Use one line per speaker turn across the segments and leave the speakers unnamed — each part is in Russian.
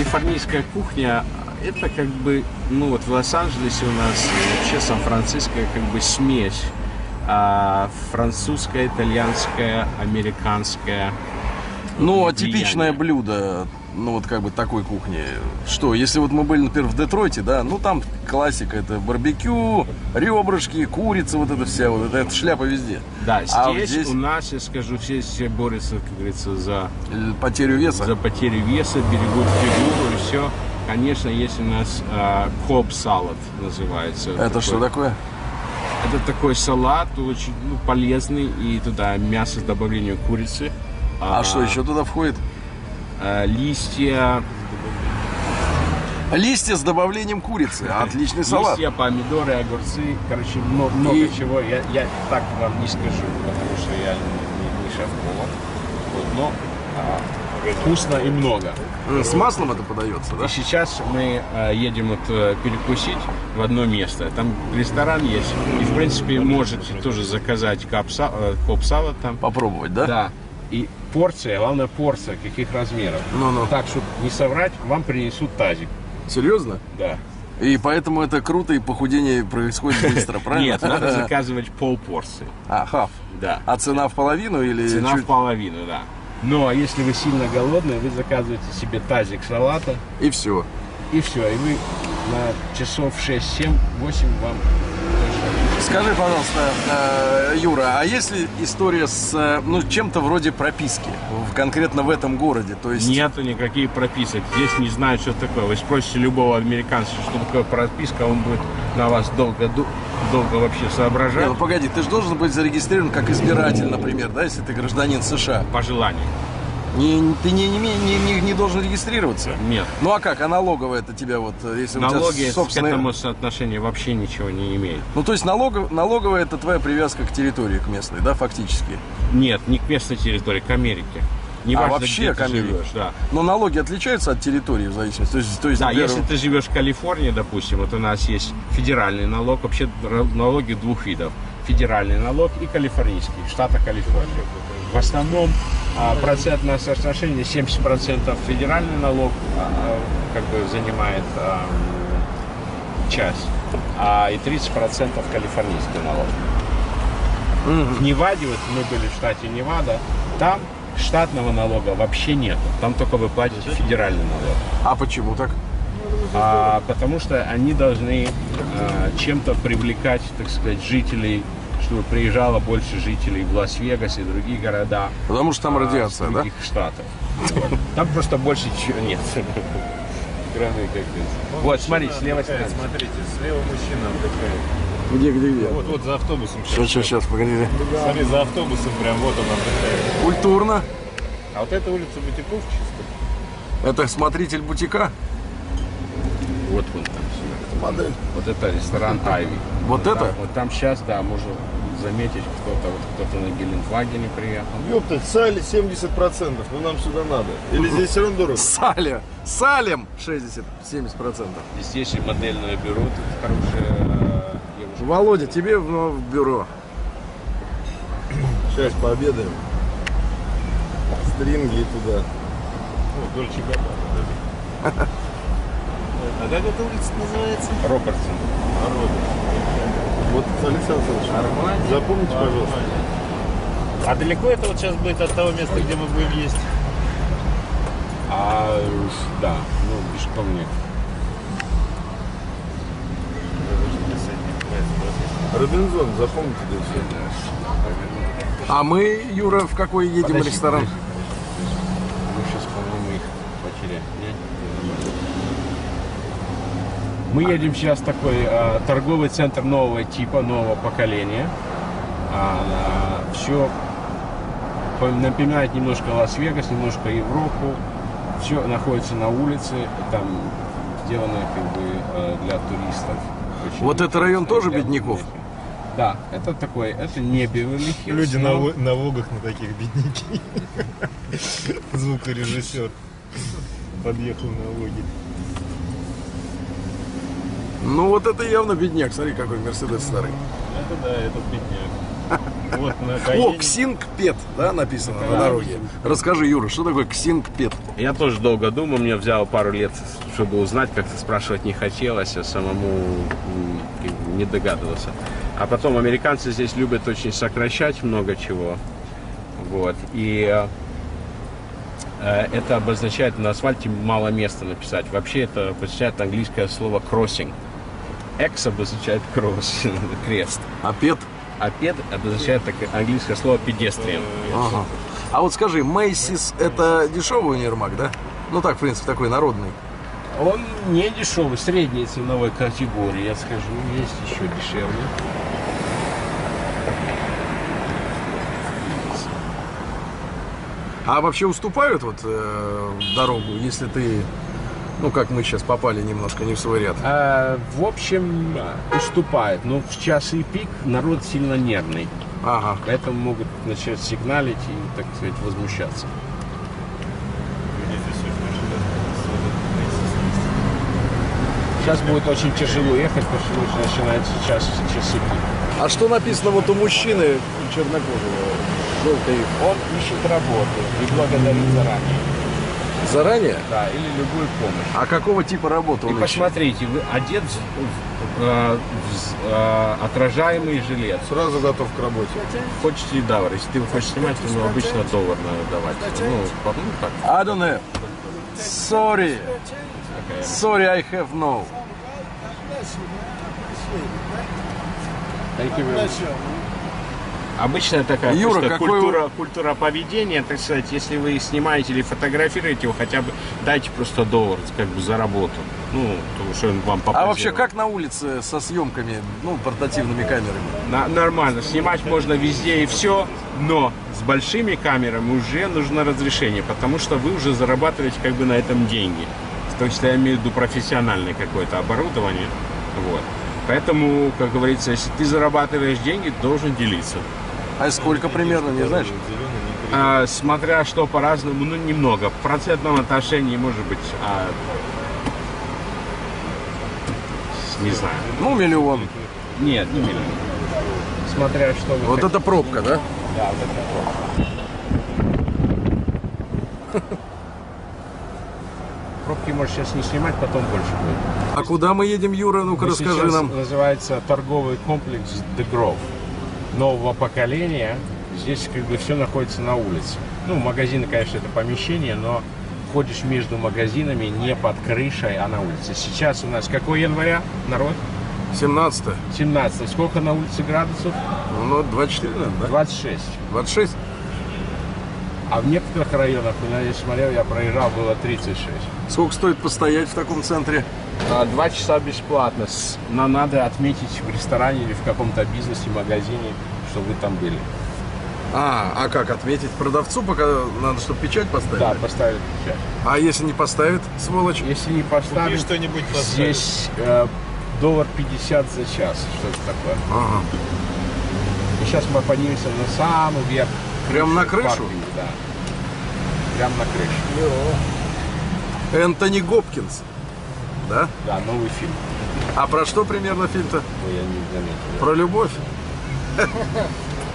Итальянская кухня – это как бы, ну вот в Лос-Анджелесе у нас и вообще Сан-Франциско как бы смесь а, французская, итальянская, американская.
Ну, а
влияние.
типичное блюдо, ну вот как бы такой кухни. Что, если вот мы были, например, в Детройте, да, ну там классика, это барбекю, ребрышки, курица, вот это вся, вот эта шляпа везде.
Да,
А вот
здесь,
здесь
у нас, я скажу, все, все борются, как говорится, за,
э, потерю веса.
за потерю веса, берегут фигуру и все. Конечно, есть у нас а, коп салат называется.
Это что такое?
Это такой салат, очень ну, полезный, и туда мясо с добавлением курицы.
А, что еще туда входит?
а, листья,
Листья с добавлением курицы. Отличный салат.
листья, помидоры, огурцы. Короче, мно- много,
И-
чего. Я, я так вам не скажу, потому что я не, не шеф-повар. Вот, но а, вкусно и много.
Э, С маслом это подается, да?
И сейчас мы а, едем вот, э, перекусить в одно место. Там ресторан есть. И, в принципе, можете тоже заказать капса, э, коп-салат там.
Попробовать, да?
Да. И порция, главное порция, каких размеров. Ну,
Ну-ну.
Так, чтобы не соврать, вам принесут тазик.
Серьезно?
Да.
И поэтому это круто, и похудение происходит быстро, правильно?
Нет, надо заказывать пол порции.
А, хаф.
Да.
А цена в половину или
Цена
чуть-
в половину, да. Но Ну, а если вы сильно голодные, вы заказываете себе тазик салата,
И все.
и все, и вы на часов 6, 7, 8 вам точно.
Скажи, пожалуйста, э, Юра, а есть ли история с э, ну, чем-то вроде прописки в, конкретно в этом городе? То есть
Нету никаких прописок. Здесь не знают, что такое. Вы спросите любого американца, что такое прописка, он будет на вас долго, ду- долго вообще
Не,
соображать.
ну, погоди, ты же должен быть зарегистрирован как избиратель, например, да, если ты гражданин США.
По желанию.
Не, ты не, не, име- не- не- не должен регистрироваться.
Нет.
Ну а как, а налоговая это тебя вот, э, если у
Налоги
тебя собственные...
к этому соотношению вообще ничего не имеют.
Ну то есть налогов- налоговая это твоя привязка к территории, к местной, да, фактически.
Нет, не к местной территории, к Америке. Не
А
важно,
вообще
где
к
ты
Америке?
живешь, да.
Но налоги отличаются от территории в зависимости. То есть, то есть
Да,
например,
А если ты живешь в Калифорнии, допустим, вот у нас есть федеральный налог, вообще ра- налоги двух видов. Федеральный налог и калифорнийский, штата Калифорния. В основном а, процентное соотношение 70% федеральный налог а, а, как бы занимает а, часть, а и 30% калифорнийский налог. В Неваде, вот мы были в штате Невада, там штатного налога вообще нет. Там только вы платите федеральный налог.
А почему так?
А, потому что они должны а, чем-то привлекать, так сказать, жителей, чтобы приезжало больше жителей в Лас-Вегас и другие города.
Потому что там
а,
радиация,
с
да?
других штатов. Вот. Там просто больше чего нет. Кроме как это. Вот, смотри, слева
Отдыхает,
снизу.
Смотрите, слева мужчина отдыхает.
Где, где, где?
Вот, вот за автобусом
Сейчас,
сейчас.
сейчас, сейчас, погоди.
Смотри, за автобусом прям вот он отдыхает.
Культурно.
А вот эта улица Бутиков чисто.
Это смотритель бутика.
Вот вон там смотри. Вот это ресторан Айви.
Вот
Там-
это?
Вот там сейчас, да, можно заметить кто-то, вот кто-то на Гелендвагене приехал.
Ёпта, сали 70%, ну нам сюда надо. Или здесь все равно дорого?
Саля. Салем 60-70%.
И Здесь и модельное бюро, тут хорошая э, девушка.
Володя, тебе в, ну, в бюро.
Сейчас пообедаем. Стринги и туда.
Вот, Дольче Габбана. А как эта улица называется?
Робертсон.
Вот, Александр Александрович, запомните, пожалуйста.
А далеко это вот сейчас будет от того места, где мы будем есть?
А, уж, да, ну, пешком нет.
Робинзон, запомните да и всё.
А мы, Юра, в какой едем
Подожди,
ресторан?
Мы сейчас, по-моему, их потеряли. Мы едем сейчас в такой а, торговый центр нового типа, нового поколения. А, все напоминает немножко Лас-Вегас, немножко Европу. Все находится на улице, там сделано как бы э, для туристов. Очень
Вот это район тоже
для
бедняков?
бедняков. Да, это такой, это не Беверли
Люди на, во- на Вогах на таких бедняки. Звукорежиссер подъехал на Воге.
Ну вот это явно бедняк. Смотри, какой Мерседес старый.
Это да, это бедняк. Вот на
О,
Гаине.
ксингпет, да, написано на дороге. Расскажи, Юра, что такое ксингпет?
Я тоже долго думал, мне взял пару лет, чтобы узнать, как-то спрашивать не хотелось, а самому м, как бы не догадывался. А потом американцы здесь любят очень сокращать много чего. Вот. И э, э, это обозначает на асфальте мало места написать. Вообще это обозначает английское слово crossing. X обозначает кросс, крест.
А пет?
А пед обозначает так- английское слово pedestrian.
Ага. А вот скажи, Мейсис это дешевый универмаг, да? Ну так, в принципе, такой народный.
Он не дешевый, средней ценовой категории, я скажу. Есть еще дешевле.
А вообще уступают вот э, дорогу, если ты, ну как мы сейчас попали немножко не в свой ряд.
А, в общем, уступает. Но в час и пик народ сильно нервный.
Ага.
Поэтому могут начать сигналить и, так сказать, возмущаться. Сейчас будет очень тяжело ехать, потому что начинается час, часы пик.
А что написано вот у мужчины чернокожего? Желтый.
Он ищет работу и благодарит заранее.
Заранее?
Да, или любую помощь.
А какого типа работы
И
он ищет?
посмотрите, вы одет в- в, э, в з- э, отражаемый жилет.
Сразу готов к работе.
Хочешь ли доллар? Если ты его хочешь снимать, то ну, обычно доллар надо давать. Ну, по- ну, так.
I don't know. Sorry. Sorry, I have no.
Обычная такая
Юра,
просто
какой
культура, культура поведения, так сказать, если вы снимаете или фотографируете его, хотя бы дайте просто доллар как бы за работу. Ну, то, что он вам
А
попозировал.
вообще, как на улице со съемками, ну, портативными камерами?
На- нормально, снимать можно везде и все, но с большими камерами уже нужно разрешение, потому что вы уже зарабатываете как бы на этом деньги. То есть я имею в виду профессиональное какое-то оборудование. Вот. Поэтому, как говорится, если ты зарабатываешь деньги, ты должен делиться.
А сколько примерно, не знаешь?
А, смотря что по-разному, ну немного. В процентном отношении может быть, а, не знаю.
Ну, миллион.
Нет, не миллион. Ну, Смотря что вы
Вот это пробка, да?
Пробки можешь сейчас не снимать, потом больше будет.
А куда мы едем, Юра? Ну-ка,
Мы
расскажи
сейчас
нам.
Называется торговый комплекс The Grove. Нового поколения. Здесь как бы все находится на улице. Ну, магазины, конечно, это помещение, но ходишь между магазинами не под крышей, а на улице. Сейчас у нас какой января, народ?
17
17. Сколько на улице градусов?
Ну, 24, наверное,
26.
да? 26?
А в некоторых районах, ну, я смотрел, я проезжал, было 36.
Сколько стоит постоять в таком центре?
А, Два часа бесплатно. С- Но надо отметить в ресторане или в каком-то бизнесе, магазине, что вы там были.
А, а как отметить? Продавцу пока надо, чтобы печать поставили?
Да, поставили печать.
А если не поставит, сволочь?
Если не
Купи
поставить,
что-нибудь поставь.
здесь э, доллар 50 за час. Что это такое?
Ага.
И сейчас мы поднимемся на самый верх.
Прям на крышу?
паркинга, да. Прям на крышу.
Энтони Гопкинс. Да?
Да, новый фильм.
А про что примерно фильм-то?
Ну, я не заметил.
Про любовь?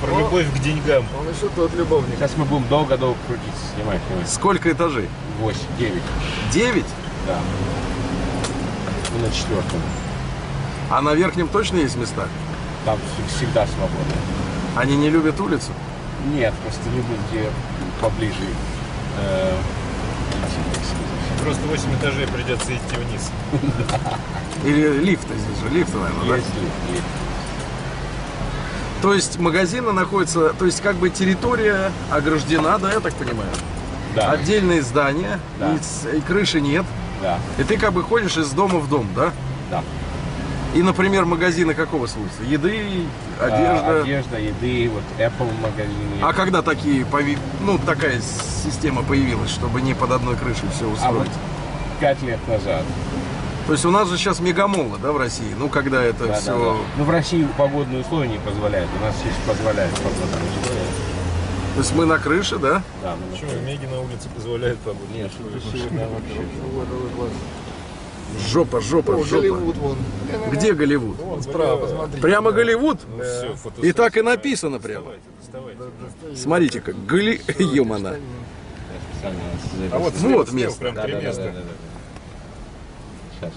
Про любовь к деньгам.
Он еще тот любовник.
Сейчас мы будем долго-долго крутиться, снимать.
Сколько этажей?
8, 9.
Девять?
Да. Мы на четвертом.
А на верхнем точно есть места?
Там вс- всегда свободно.
Они не любят улицу?
Нет, просто любят где поближе. э, идти, так сказать.
Просто 8 этажей придется идти вниз.
Или лифты здесь же? Лифты, наверное, ну да?
Есть ли- есть.
То есть магазины находятся, то есть как бы территория ограждена, да, я так понимаю?
Да,
Отдельные здания,
Да.
и, с- и крыши нет.
да,
И ты как бы ходишь из дома в дом, да?
да.
И, например, магазины какого свойства? Еды,
А,
одежда.
одежда, еды, вот Apple магазины.
А когда такие, пови- ну, такая с- система появилась, чтобы не под одной крышей все
А вот
устроить?
пять лет назад.
То есть у нас же сейчас мегамолы, да, в России? Ну, когда это
да, да,
все...
да. Ну, в России погодные условия не позволяют. У нас здесь позволяет погодные условия.
То есть мы на крыше, да?
Да, ну, мы-
Почему? Меги на улице позволяют погоду.
Нет, что-то сегодня вообще.
Жопа, жопа,
О,
жопа.
Голливуд вон.
Где Голливуд?
Вон справа, смотри.
Прямо Голливуд? Э,
Все, Ну, фото.
И так и написано прямо. Смотрите-ка, Голи... Юмана.
Специально
А вот,
Вот
слева,
место.
прям три места.
Сейчас.